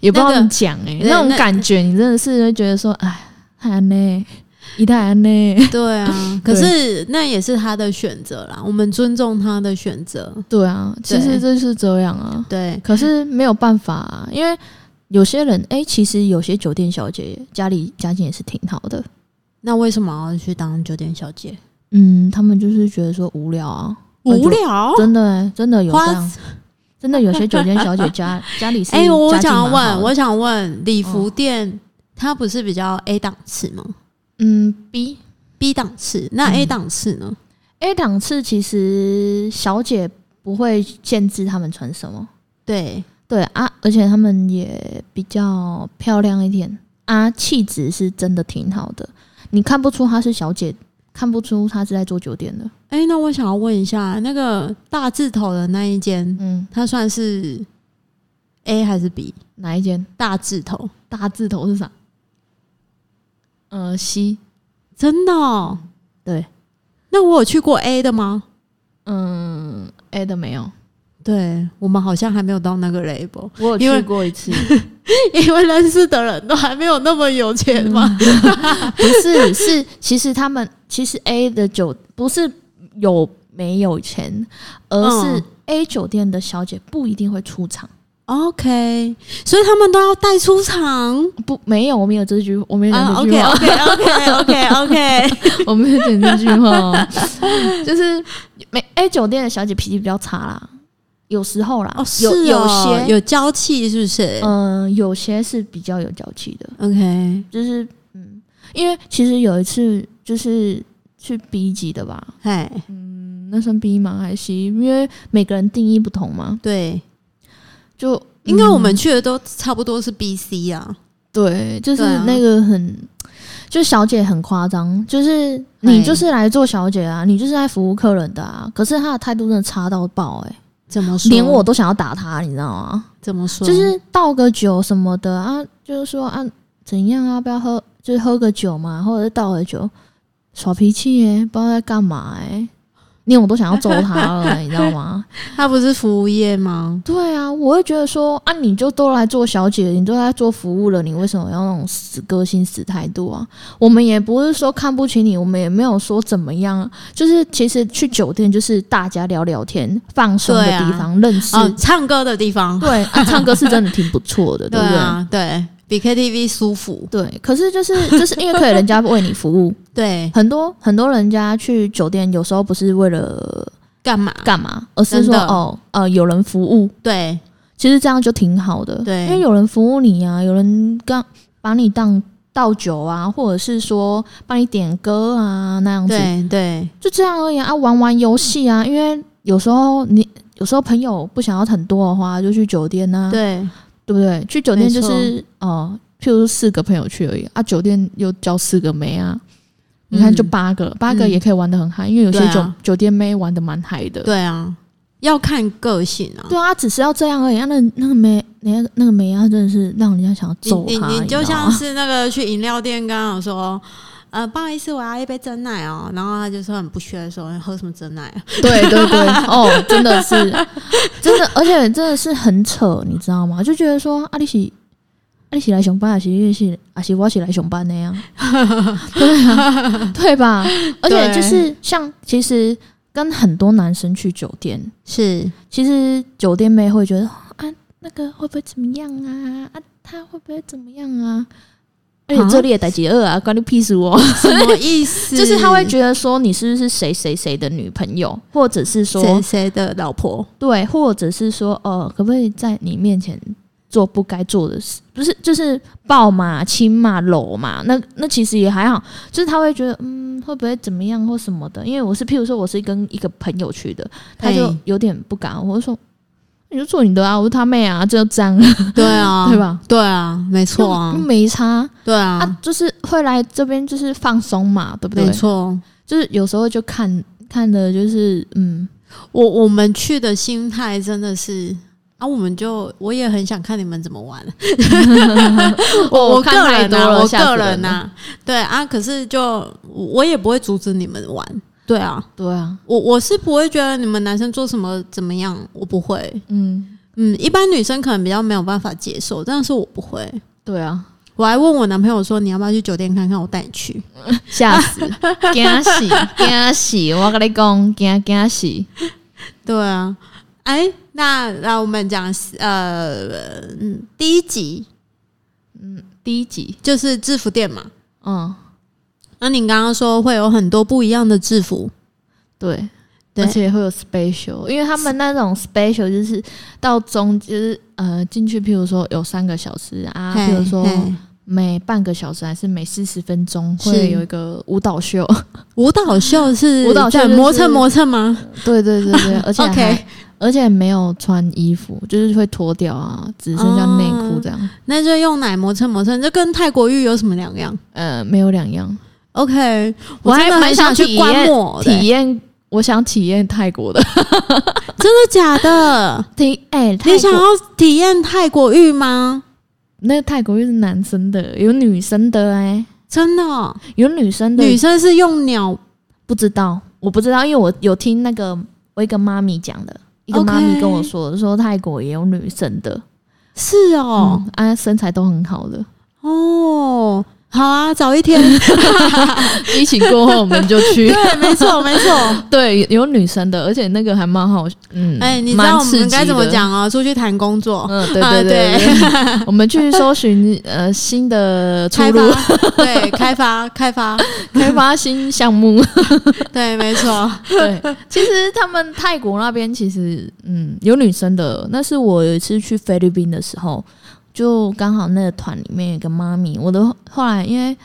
Speaker 1: 也不知道
Speaker 2: 那个
Speaker 1: 怎么讲哎、
Speaker 2: 对
Speaker 1: 那种
Speaker 2: 那
Speaker 1: 感觉，你真的是会觉得说，哎，安呢，一代安呢，
Speaker 2: 对啊，可是那也是他的选择啦，我们尊重他的选择。
Speaker 1: 对啊，其实
Speaker 2: 对
Speaker 1: 就是这样啊。
Speaker 2: 对，
Speaker 1: 可是没有办法、啊，因为有些人，哎、其实有些酒店小姐家里家境也是挺好的，
Speaker 2: 那为什么要去当酒店小姐？
Speaker 1: 嗯，他们就是觉得说无聊啊，那就
Speaker 2: 无聊。
Speaker 1: 真的、欸，真的有
Speaker 2: 花
Speaker 1: 这样，真的有些酒店小 姐家家里是，
Speaker 2: 哎、我
Speaker 1: 想
Speaker 2: 想问，我想问，礼服店、它不是比较 A 档次吗
Speaker 1: 嗯，B
Speaker 2: ？B 档次，那
Speaker 1: 嗯
Speaker 2: A 档次呢？
Speaker 1: A 档次其实小姐不会限制他们穿什么，
Speaker 2: 对，
Speaker 1: 对啊，而且他们也比较漂亮一点啊，气质是真的挺好的，你看不出她是小姐，看不出她是在做酒店的，
Speaker 2: 哎、那我想要问一下，那个大字头的那一间，
Speaker 1: 嗯，
Speaker 2: 它算是 A 还是 B？
Speaker 1: 哪一间？
Speaker 2: 大字头，
Speaker 1: 大字头是啥？呃，C，
Speaker 2: 真的、哦？
Speaker 1: 对，
Speaker 2: 那我有去过 A 的吗？
Speaker 1: 嗯，A 的没有，
Speaker 2: 对我们好像还没有到那个 label，
Speaker 1: 我有
Speaker 2: 因为
Speaker 1: 去过一次，
Speaker 2: 因为认识的人都还没有那么有钱嘛。
Speaker 1: 不是，是其实他们其实 A 的酒不是有没有钱，而是
Speaker 2: 嗯
Speaker 1: A 酒店的小姐不一定会出场，
Speaker 2: OK，所以他们都要带出场。
Speaker 1: 不没有，我没有这句，我没有讲这句
Speaker 2: OK
Speaker 1: 话，
Speaker 2: OK OK OK OK，
Speaker 1: 我没有讲这句话哦，就是没 A 酒店的小姐脾气比较差啦，有时 候啦，
Speaker 2: 哦，是
Speaker 1: 有
Speaker 2: 哦
Speaker 1: 啊有些
Speaker 2: 有娇气，是不是、
Speaker 1: 嗯、有些是比较有娇气的，
Speaker 2: o k
Speaker 1: 就是嗯，因为其实有一次就是去 B 级的吧，
Speaker 2: 哎，
Speaker 1: 嗯那算 B 吗？还是 C？因为每个人定义不同嘛，
Speaker 2: 对，
Speaker 1: 就
Speaker 2: 应该我
Speaker 1: 嗯
Speaker 2: 们去的都差不多是 BC 啊，
Speaker 1: 对，就是
Speaker 2: 对啊
Speaker 1: 那个很，就小姐很夸张，就是你
Speaker 2: 哎
Speaker 1: 就是来做小姐啊，你就是来服务客人的啊，可是她的态度真的差到爆哎、
Speaker 2: 怎么说？
Speaker 1: 连我都想要打她，你知道吗？
Speaker 2: 怎么说？
Speaker 1: 就是倒个酒什么的啊，就是说啊怎样啊，不要喝，就是喝个酒嘛，或者是倒个酒，耍脾气耶、不知道在干嘛哎、连我都想要揍她了，你知 道吗？
Speaker 2: 他不是服务业吗？
Speaker 1: 对啊，我会觉得说啊，你就都来做小姐，你都来做服务了，你为什么要那种死个性、死态度啊？我们也不是说看不起你，我们也没有说怎么样啊，就是其实去酒店就是大家聊聊天、放松的
Speaker 2: 对啊
Speaker 1: 地方，认识。
Speaker 2: 哦，唱歌的地方，
Speaker 1: 对、啊，唱歌是真的挺不 错的，对不对？
Speaker 2: 啊，对比 KTV 舒服，
Speaker 1: 对，可是就是 就是因为可以人家为你服务，
Speaker 2: 对，
Speaker 1: 很多很多人家去酒店有时候不是为了
Speaker 2: 干嘛？
Speaker 1: 干嘛，而是
Speaker 2: 真
Speaker 1: 说
Speaker 2: 的
Speaker 1: 哦呃有人服务，
Speaker 2: 对
Speaker 1: 其实这样就挺好的，
Speaker 2: 对
Speaker 1: 因为有人服务你啊，有人刚把你当倒酒啊，或者是说帮你点歌啊那样子，
Speaker 2: 对对，
Speaker 1: 就这样而已啊，啊玩玩游戏啊，因为有时候你有时候朋友不想要很多的话，就去酒店呐、啊，
Speaker 2: 对，
Speaker 1: 对不对？去酒店就
Speaker 2: 没
Speaker 1: 是哦、呃譬如说四个朋友去而已啊，酒店又叫四个妹啊。你看，
Speaker 2: 嗯
Speaker 1: 就八个了，八个
Speaker 2: 嗯
Speaker 1: 也可以玩的很嗨、因为有些
Speaker 2: 对啊
Speaker 1: 酒、酒店妹玩的蛮嗨的。
Speaker 2: 对啊，要看个性啊。
Speaker 1: 对啊，只是要这样而已。啊、那那个梅，那个那个梅啊，真的是让人家想要
Speaker 2: 你
Speaker 1: 揍
Speaker 2: 你
Speaker 1: 他。
Speaker 2: 你就
Speaker 1: 知道
Speaker 2: 像
Speaker 1: 吗
Speaker 2: 是那个去饮料店，刚刚有说，呃，不好意思，我要一杯真奶哦。然后他就说很不屑的说，喝什么真奶啊？
Speaker 1: 对对对，哦，真 的是，真的，而且真的是很扯，你知道吗？就觉得说啊阿里喜，阿里啊喜来熊班，阿喜月喜，阿喜我喜来熊班那样， 对啊，对吧？而且就是像其实跟很多男生去酒店，
Speaker 2: 是，
Speaker 1: 其实酒店妹会觉得啊，那个会不会怎么样啊？啊，他会不会怎么样啊？而且这里也逮几二啊，关你屁事哦！
Speaker 2: 什么意思？
Speaker 1: 就是他会觉得说你是不是谁谁谁的女朋友，或者是说
Speaker 2: 谁谁的老婆？
Speaker 1: 对，或者是说，呃，可不可以在你面前做不该做的事？不是，就是抱嘛、亲嘛、搂嘛，那那其实也还好。就是他会觉得，嗯，会不会怎么样或什么的？因为我是，譬如说，我是跟一个朋友去的，他就
Speaker 2: 嘿
Speaker 1: 有点不敢。我就说，你就做你的啊，我是他妹啊，这就这样了，
Speaker 2: 对啊，
Speaker 1: 对？吧？
Speaker 2: 对啊，没错
Speaker 1: 就
Speaker 2: 啊，
Speaker 1: 没差
Speaker 2: 对啊
Speaker 1: 啊，，就是会来这边就是放松嘛，对不对
Speaker 2: 没？错。
Speaker 1: 就是有时候就看看的，就是嗯，
Speaker 2: 我我们去的心态真的是。啊，我们就我也很想看你们怎么玩。
Speaker 1: 哦
Speaker 2: 我
Speaker 1: 看
Speaker 2: 个
Speaker 1: 太
Speaker 2: 人
Speaker 1: 多
Speaker 2: 呐、
Speaker 1: 了
Speaker 2: 我
Speaker 1: 吓死
Speaker 2: 个
Speaker 1: 人
Speaker 2: 人呐、
Speaker 1: 了
Speaker 2: 对啊，可是就我我也不会阻止你们玩。对啊，
Speaker 1: 对啊，
Speaker 2: 我我是不会觉得你们男生做什么怎么样，我不会。
Speaker 1: 嗯，
Speaker 2: 嗯，一般女生可能比较没有办法接受，但是我不会。
Speaker 1: 对啊。
Speaker 2: 我还问我男朋友说：“你要不要去酒店看看？我带你去。
Speaker 1: 吓死，惊死，惊死！我跟你讲，惊惊死！”
Speaker 2: 对啊，哎、那那我们讲呃，嗯，第一集
Speaker 1: 第一集，
Speaker 2: 就是制服店嘛。
Speaker 1: 嗯，
Speaker 2: 那你刚刚说会有很多不一样的制服，
Speaker 1: 对，
Speaker 2: 对
Speaker 1: 而且会有 special，因为他们那种 special 就是到中就是呃进去，譬如说有三个小时啊，
Speaker 2: 嘿
Speaker 1: 譬如说
Speaker 2: 嘿
Speaker 1: 每半个小时还是每四十分钟
Speaker 2: 是
Speaker 1: 会有一个舞蹈秀，
Speaker 2: 舞蹈秀是
Speaker 1: 舞蹈秀
Speaker 2: 在
Speaker 1: 就是
Speaker 2: 磨蹭磨蹭吗？
Speaker 1: 对对对 对，而且还
Speaker 2: OK
Speaker 1: 而且没有穿衣服，就是会脱掉啊，只剩下内裤这样，
Speaker 2: 那就用奶磨蹭磨蹭，这跟泰国浴有什么两样
Speaker 1: 呃，没有两样。
Speaker 2: ？OK，
Speaker 1: 我还
Speaker 2: 真的
Speaker 1: 蛮
Speaker 2: 很
Speaker 1: 想
Speaker 2: 想
Speaker 1: 体
Speaker 2: 去观
Speaker 1: 验
Speaker 2: 摩的
Speaker 1: 体验，我想体验泰国的。
Speaker 2: 真的假的？
Speaker 1: 体哎、
Speaker 2: 你
Speaker 1: 泰
Speaker 2: 想
Speaker 1: 国
Speaker 2: 要体验泰国浴吗？
Speaker 1: 那个泰国又是男生的，有女生的哎、
Speaker 2: 真的哦、
Speaker 1: 有女生的，
Speaker 2: 女生是用鸟
Speaker 1: 不知道，我不知道，因为我有听那个我一个妈咪讲的，一个
Speaker 2: OK
Speaker 1: 妈咪跟我说的说泰国也有女生的，
Speaker 2: 是哦
Speaker 1: 哦、啊，身材都很好 的，
Speaker 2: 哦，好啊，早一天，
Speaker 1: 疫情过后我们就去。
Speaker 2: 对，没错没错。
Speaker 1: 对，有女生的，而且那个还蛮好，嗯，
Speaker 2: 哎、你知
Speaker 1: 蛮
Speaker 2: 道我
Speaker 1: 刺
Speaker 2: 们
Speaker 1: 激
Speaker 2: 该怎么
Speaker 1: 的？
Speaker 2: 讲哦？出去谈工作，
Speaker 1: 嗯，对
Speaker 2: 啊
Speaker 1: 对对对 我们去搜寻呃新的出
Speaker 2: 开
Speaker 1: 路，
Speaker 2: 发，对，开发开发，
Speaker 1: 开发新项目。
Speaker 2: 对，没错。
Speaker 1: 对，其实他们泰国那边其实嗯有女生的，那是我有一次去菲律宾的时候，就刚好那个团里面有一个妈咪，我的后来因为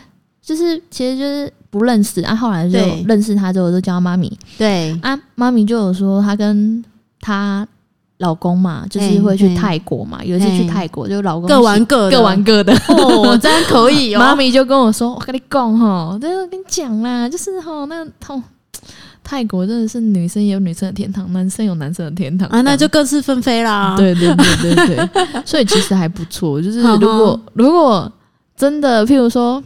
Speaker 1: 就是其实就是不认识啊，后来就
Speaker 2: 对
Speaker 1: 认识她之后我就叫她妈咪
Speaker 2: 对，
Speaker 1: 啊，妈咪就有说她跟她老公嘛，就是
Speaker 2: 嘿
Speaker 1: 会去
Speaker 2: 嘿
Speaker 1: 泰国嘛，有一次去
Speaker 2: 嘿
Speaker 1: 泰国就老公
Speaker 2: 各玩
Speaker 1: 是
Speaker 2: 各的，
Speaker 1: 各玩各的，
Speaker 2: 哦，真可以哦。
Speaker 1: 妈咪就跟我说：“我跟你讲哈，真的跟你讲啦，就是哈，那痛。泰国真的是女生也有女生的天堂，男生有男生的天堂
Speaker 2: 啊，那就
Speaker 1: 这
Speaker 2: 各自纷飞啦。
Speaker 1: 样对对对对对，所以其实还不错。就是
Speaker 2: 好哈
Speaker 1: 如果如果真的，譬如说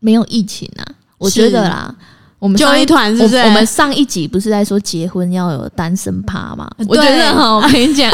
Speaker 1: 没有疫情啊，我觉得啦，我们
Speaker 2: 就
Speaker 1: 上
Speaker 2: 一团是
Speaker 1: 我
Speaker 2: 不是？
Speaker 1: 我们上一集不是在说结婚要有单身趴吗？我觉
Speaker 2: 对
Speaker 1: 得 哈，我跟你讲，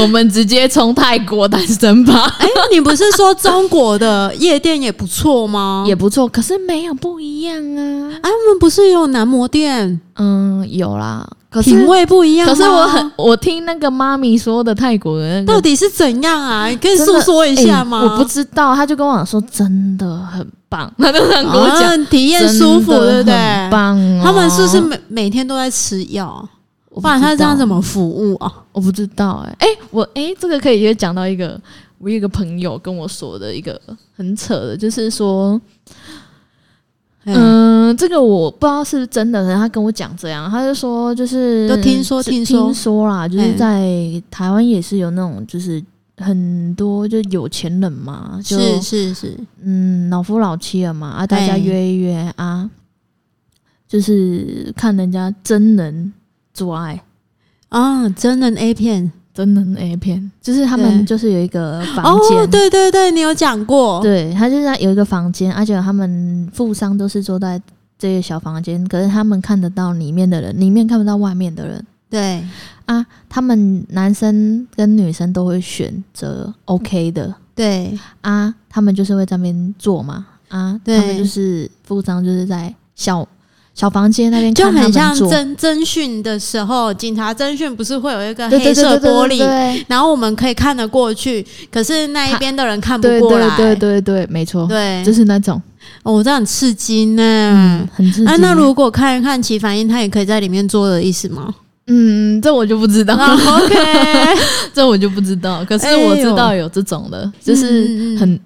Speaker 1: 我们直接冲泰国单身趴。
Speaker 2: 哎、 你不是说中国的夜店也不错吗？
Speaker 1: 也不错，可是没有不一样啊。
Speaker 2: 哎、我们不是也有男模店，
Speaker 1: 嗯，有啦，可是
Speaker 2: 品味啊不一样吗。
Speaker 1: 可是我很我听那个妈咪说的泰国人、那
Speaker 2: 到
Speaker 1: 个，
Speaker 2: 底是怎样啊？你可以
Speaker 1: 真的
Speaker 2: 诉说一下吗？
Speaker 1: 欸我不知道，他就跟我讲说真的很棒，他就这样跟我讲，
Speaker 2: 嗯体验舒服，
Speaker 1: 真的
Speaker 2: 对不对？
Speaker 1: 很棒哦，
Speaker 2: 他们是不是每每天都在吃药？
Speaker 1: 我
Speaker 2: 不然他这样怎
Speaker 1: 么？
Speaker 2: 么服务啊？
Speaker 1: 我不知道哎、欸、哎、我哎、这个可以也讲到一个，我有一个朋友跟我说的一个很扯的，就是说
Speaker 2: 嗯，
Speaker 1: 嗯，这个我不知道是不是真的，可能他跟我讲这样，他就说就是
Speaker 2: 都听说
Speaker 1: 是
Speaker 2: 听
Speaker 1: 听
Speaker 2: 说嗯
Speaker 1: 啦，就是在台湾也是有那种就是很多就有钱人嘛，就是
Speaker 2: 是是，
Speaker 1: 嗯老夫老妻了嘛，啊大家
Speaker 2: 哎
Speaker 1: 约一约啊，就是看人家真人做爱，
Speaker 2: 啊，真人 A 片，
Speaker 1: 真的很 A 片，就是他们
Speaker 2: 对
Speaker 1: 就是有一个房间，
Speaker 2: 哦，对对对，你有讲过，
Speaker 1: 对，他就是在有一个房间，而且他们富商都是坐在这个小房间，可是他们看得到里面的人，里面看不到外面的人
Speaker 2: 对
Speaker 1: 啊。他们男生跟女生都会选
Speaker 2: 嗯
Speaker 1: 择 OK 的
Speaker 2: 对
Speaker 1: 啊，他们就是会在那边坐嘛啊，他们
Speaker 2: 对
Speaker 1: 就是富商就是在小小房间那边
Speaker 2: 就
Speaker 1: 看他
Speaker 2: 很
Speaker 1: 们
Speaker 2: 像
Speaker 1: 坐
Speaker 2: 侦侦讯的时候，警察侦讯不是会有一个
Speaker 1: 对
Speaker 2: 黑
Speaker 1: 对对
Speaker 2: 色
Speaker 1: 对对
Speaker 2: 玻
Speaker 1: 对
Speaker 2: 璃，
Speaker 1: 对
Speaker 2: 然后我们可以看得过去，可是那一边的人看不
Speaker 1: 对
Speaker 2: 过来，
Speaker 1: 对对对对，没错，
Speaker 2: 对
Speaker 1: 就是那种
Speaker 2: 哦，我这样很刺激呢。
Speaker 1: 嗯，很刺激。
Speaker 2: 啊，那如果看一看起反应，他也可以在里面做的意思 吗？
Speaker 1: 嗯，这我就不知道
Speaker 2: 啊 OK，
Speaker 1: 这我就不知道，可是我知
Speaker 2: 哎
Speaker 1: 道有这种的，
Speaker 2: 嗯
Speaker 1: 就是很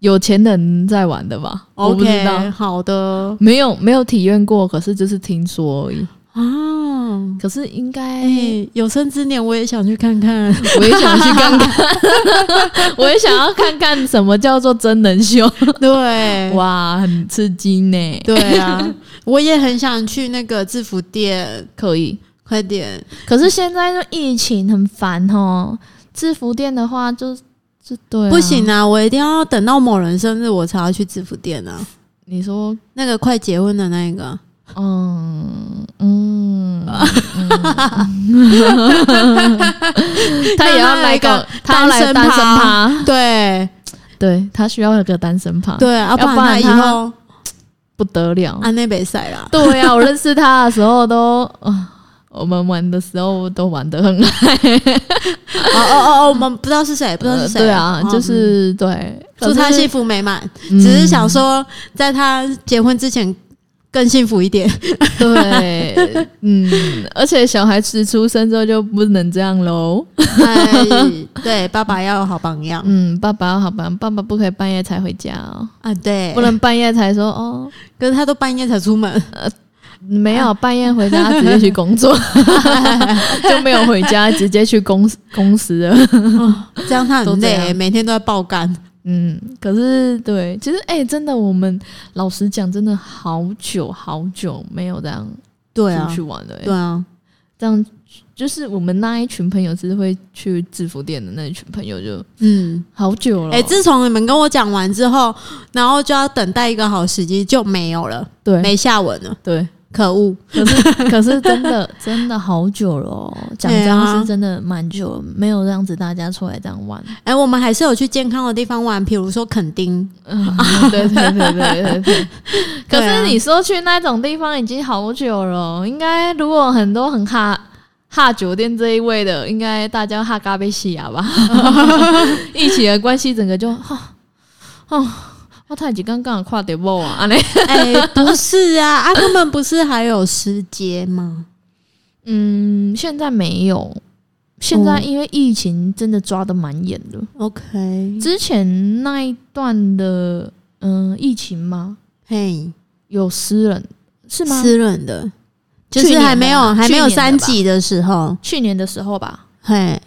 Speaker 1: 有钱人在玩的吧我不知道
Speaker 2: OK，，好的
Speaker 1: 没有没有体验过，可是就是听说而已。
Speaker 2: 啊。
Speaker 1: 可是应该、
Speaker 2: 哎、有生之年我也想去看 看。
Speaker 1: 我也想去看看，我也想要看 看什么叫做真人秀，
Speaker 2: 对，
Speaker 1: 哇，很刺激呢。
Speaker 2: 对啊，我也很想去那个制服店，
Speaker 1: 可以，
Speaker 2: 快点。
Speaker 1: 可是现在就疫情很烦哦。制服店的话就，就对、
Speaker 2: 不行
Speaker 1: 啊。
Speaker 2: 啊，我一定要等到某人生日我才要去制服店啊。
Speaker 1: 你说
Speaker 2: 那个快结婚的那一 个，
Speaker 1: 嗯嗯， 他也要来个，他要来单身趴，
Speaker 2: 对
Speaker 1: 对他需要有个单身趴，
Speaker 2: 对，要
Speaker 1: 不
Speaker 2: 不
Speaker 1: 然
Speaker 2: 然他以
Speaker 1: 他
Speaker 2: 后嗯
Speaker 1: 不得了。
Speaker 2: 安内北赛啦。
Speaker 1: 啊对呀、我认识他的时候都，啊我们玩的时候都玩的很好，
Speaker 2: 哦哦哦哦，我们不知道是谁，不知道是嗯谁。
Speaker 1: 对啊
Speaker 2: 哦，
Speaker 1: 就是对，
Speaker 2: 祝他幸福美满，只是想说，在他结婚之前更幸福一点。
Speaker 1: 对，嗯，而且小孩子出生之后就不能这样喽。
Speaker 2: 哎， 对，爸爸要有好榜样
Speaker 1: 嗯，爸爸好吧，爸爸不可以半夜才回家哦，
Speaker 2: 啊！对，
Speaker 1: 不能半夜才说哦，
Speaker 2: 可是他都半夜才出 门，
Speaker 1: 没有，半夜回家直接去工作，就没有回家，直接去公司公司
Speaker 2: 嗯
Speaker 1: 了。
Speaker 2: 这样他
Speaker 1: 都
Speaker 2: 很
Speaker 1: 这
Speaker 2: 累，
Speaker 1: 样
Speaker 2: 每天都在爆肝。
Speaker 1: 嗯，可是对，其实哎、真的，我们老实讲，真的好久好久没有这样
Speaker 2: 对啊
Speaker 1: 出去，玩了、哎
Speaker 2: 对啊，
Speaker 1: 这样就是我们那一群朋友是会去制服店的那一群朋友就，
Speaker 2: 嗯，
Speaker 1: 好久了。
Speaker 2: 哎，自从你们跟我讲完之后，然后就要等待一个好时机，就没有了，
Speaker 1: 对
Speaker 2: 没下文了，
Speaker 1: 对，
Speaker 2: 可恶！
Speaker 1: 可是可是真的真的好久了、哦，讲
Speaker 2: 对
Speaker 1: 这
Speaker 2: 啊
Speaker 1: 样是真的蛮久了，没有这样子大家出来这样玩。
Speaker 2: 哎，我们还是有去健康的地方玩，比如说垦丁，
Speaker 1: 嗯，对对对对对对。 可
Speaker 2: 对啊
Speaker 1: 是你说去那种地方已经好久了，应该如果很多很哈哈酒店这一位的，应该大家哈嘎贝西亚吧， 一起的关系整个就， 哦，哦我太几刚刚跨点步啊，安尼，
Speaker 2: 哎、不是啊，啊，他们不是还有时节吗？
Speaker 1: 嗯，现在没有。现在
Speaker 2: 哦
Speaker 1: 因为疫情真的抓的蛮严的，
Speaker 2: OK，
Speaker 1: 之前那一段的嗯、疫情吗？
Speaker 2: 嘿，
Speaker 1: 有私人是吗？
Speaker 2: 湿润的，就
Speaker 1: 去
Speaker 2: 是
Speaker 1: 年
Speaker 2: 还没有
Speaker 1: 的吧啊
Speaker 2: 还没有
Speaker 1: 去年
Speaker 2: 三
Speaker 1: 的吧
Speaker 2: 级的时候，
Speaker 1: 去年的时候吧，
Speaker 2: 嘿，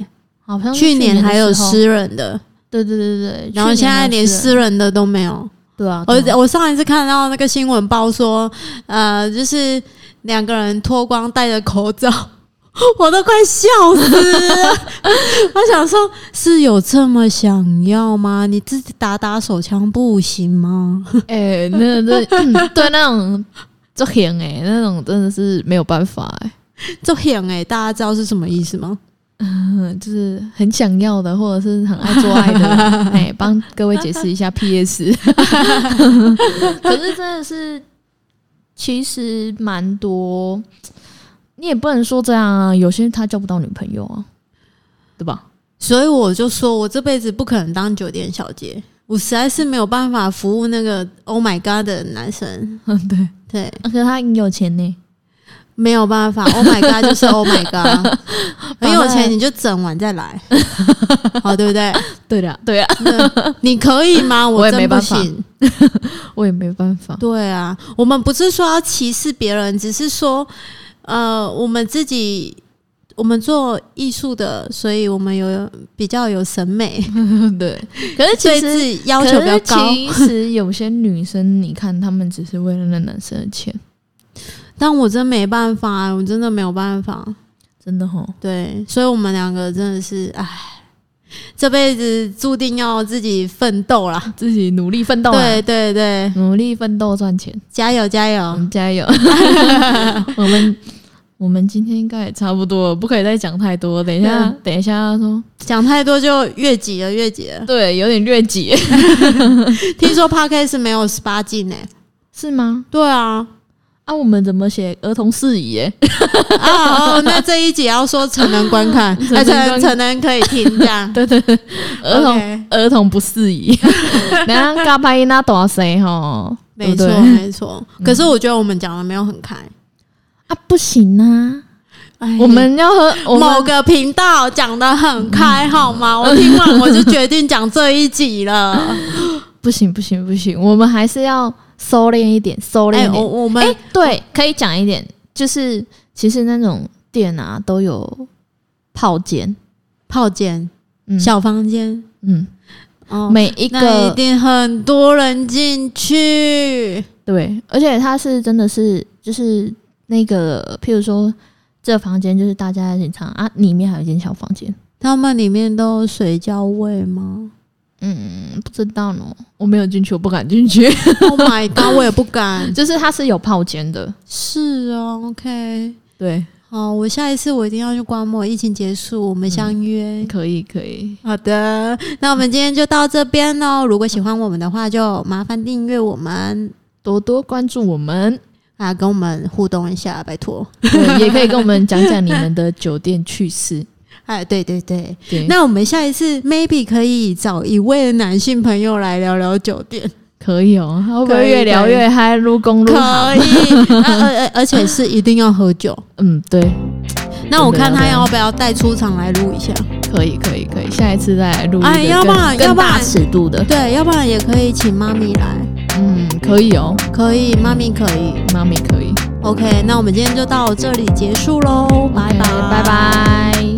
Speaker 1: 好像是
Speaker 2: 去
Speaker 1: 年
Speaker 2: 年还有
Speaker 1: 湿，
Speaker 2: 湿润的，
Speaker 1: 对对对对，
Speaker 2: 然后
Speaker 1: 去
Speaker 2: 现
Speaker 1: 年还
Speaker 2: 在
Speaker 1: 有
Speaker 2: 连
Speaker 1: 湿
Speaker 2: 湿润的都没有。
Speaker 1: 对啊，
Speaker 2: 我
Speaker 1: 对啊
Speaker 2: 我上一次看到那个新闻报说，呃，就是两个人脱光戴着口罩，我都快笑死了。 我想说，是有这么想要吗？你自己打打手枪不行吗？
Speaker 1: 哎、那那嗯 对那种就行哎，那种真的是没有办法哎、
Speaker 2: 就很哎，大家知道是什么意思吗？
Speaker 1: 嗯，就是很想要的，或者是很爱做爱的， 哎、帮各位解释一下 PS。可是真的是，其实蛮多，你也不能说这样啊，有些他交不到女朋友啊，对吧？
Speaker 2: 所以我就说我这辈子不可能当酒店小姐，我实在是没有办法服务那个 Oh my God 的男生，
Speaker 1: 嗯， 对。
Speaker 2: 对，
Speaker 1: 可是他很有钱呢、
Speaker 2: 没有办 法，Oh my God 就是 Oh my God，很有钱你就整晚再来， 好对不对？
Speaker 1: 对的，对啊，
Speaker 2: 那你可以 吗？
Speaker 1: 我也
Speaker 2: 真
Speaker 1: 没
Speaker 2: 不
Speaker 1: 办法
Speaker 2: 行。
Speaker 1: 我也没办法。
Speaker 2: 对啊，我们不是说要歧视别人，只是说，呃，我们自己。我们做艺术的，所以我们有比较有审美，
Speaker 1: 对， 可
Speaker 2: 对
Speaker 1: 是其
Speaker 2: 自
Speaker 1: 实
Speaker 2: 己要求比较高。
Speaker 1: 可是其实有些女生，你看她们只是为了那男生的钱，
Speaker 2: 但我真没办法，我真的没有办法。
Speaker 1: 真的吼，
Speaker 2: 对，所以我们两个真的是，唉，这辈子注定要自己奋斗啦。
Speaker 1: 自己努力奋斗、啊，
Speaker 2: 对，对对，
Speaker 1: 努力奋斗赚钱，
Speaker 2: 加油加
Speaker 1: 我
Speaker 2: 油！
Speaker 1: 们加 油！我们我们今天应该也差不多了，不可以再讲太多。等一下，
Speaker 2: 嗯
Speaker 1: 等一下说，
Speaker 2: 讲太多就越级了，越级 了。
Speaker 1: 对，有点越级，
Speaker 2: 听说 podcast 没有十八禁呢、
Speaker 1: 是吗？
Speaker 2: 对啊，
Speaker 1: 啊，我们怎么写儿童事宜、 欸？
Speaker 2: 啊哦，那这一集要说成人观 看，
Speaker 1: 成人
Speaker 2: 哎，成
Speaker 1: 观看
Speaker 2: 人成人可以听这 样。对
Speaker 1: 儿童
Speaker 2: OK
Speaker 1: 儿童不适 宜，人家嘎巴伊那大声吼，对
Speaker 2: 没
Speaker 1: 不对嗯
Speaker 2: 错没错。可是我觉得我们讲的没有很开，
Speaker 1: 啊，不行啊，
Speaker 2: 哎
Speaker 1: 我们要和我们嗯
Speaker 2: 某个频道讲的很开，好吗？我听完我就决定讲这一集 了。
Speaker 1: 不行不行不行，我们还是要收敛一点，收敛
Speaker 2: 哎，
Speaker 1: 一
Speaker 2: 我
Speaker 1: 点。
Speaker 2: 我
Speaker 1: 哎、
Speaker 2: 们
Speaker 1: 对，可以讲一点，就是其实那种店啊都有泡间，
Speaker 2: 泡间
Speaker 1: 嗯
Speaker 2: 小房间
Speaker 1: 嗯，
Speaker 2: 哦，
Speaker 1: 每一
Speaker 2: 那一
Speaker 1: 个
Speaker 2: 定很多人进去。
Speaker 1: 对，而且它是真的是就是那个，譬如说这房间就是大家一起唱啊，里面还有一间小房间。
Speaker 2: 他们里面都有水饺味吗
Speaker 1: 嗯，不知道呢，我没有进去，我不敢进去。
Speaker 2: ？Oh my god！我也不敢。
Speaker 1: 就是它是有泡间的，
Speaker 2: 是哦，OK。
Speaker 1: 对，
Speaker 2: 好，我下一次我一定要去观摩。疫情结束，我们相约。
Speaker 1: 可以可以。
Speaker 2: 好的，那我们今天就到这边喽。如果喜欢我们的话，就麻烦订阅我们
Speaker 1: 多多关注我们，
Speaker 2: 啊，跟我们互动一下，拜托。
Speaker 1: 对，也可以跟我们讲讲你们的酒店 趣事。
Speaker 2: 哎，对对对，
Speaker 1: 对，
Speaker 2: 那我们下一次 maybe 可以找一位男性朋友来聊聊酒店，
Speaker 1: 可以哦，会不
Speaker 2: 可
Speaker 1: 会
Speaker 2: 以
Speaker 1: 越聊
Speaker 2: 可以
Speaker 1: 越嗨，撸公撸好？
Speaker 2: 可以，啊而而而且是一定要喝酒。
Speaker 1: 嗯，对，
Speaker 2: 那我看他要不要带出场来录一下？
Speaker 1: 可以可以可以，下一次再来录一个
Speaker 2: 哎
Speaker 1: 更
Speaker 2: 要不然
Speaker 1: 更
Speaker 2: 要不然
Speaker 1: 大尺度的。
Speaker 2: 对，要不然也可以请妈咪来，
Speaker 1: 嗯，可以哦，
Speaker 2: 可以，妈咪可以。
Speaker 1: 妈咪可以。
Speaker 2: OK，那我们今天就到这里结束喽，拜拜
Speaker 1: OK，拜拜。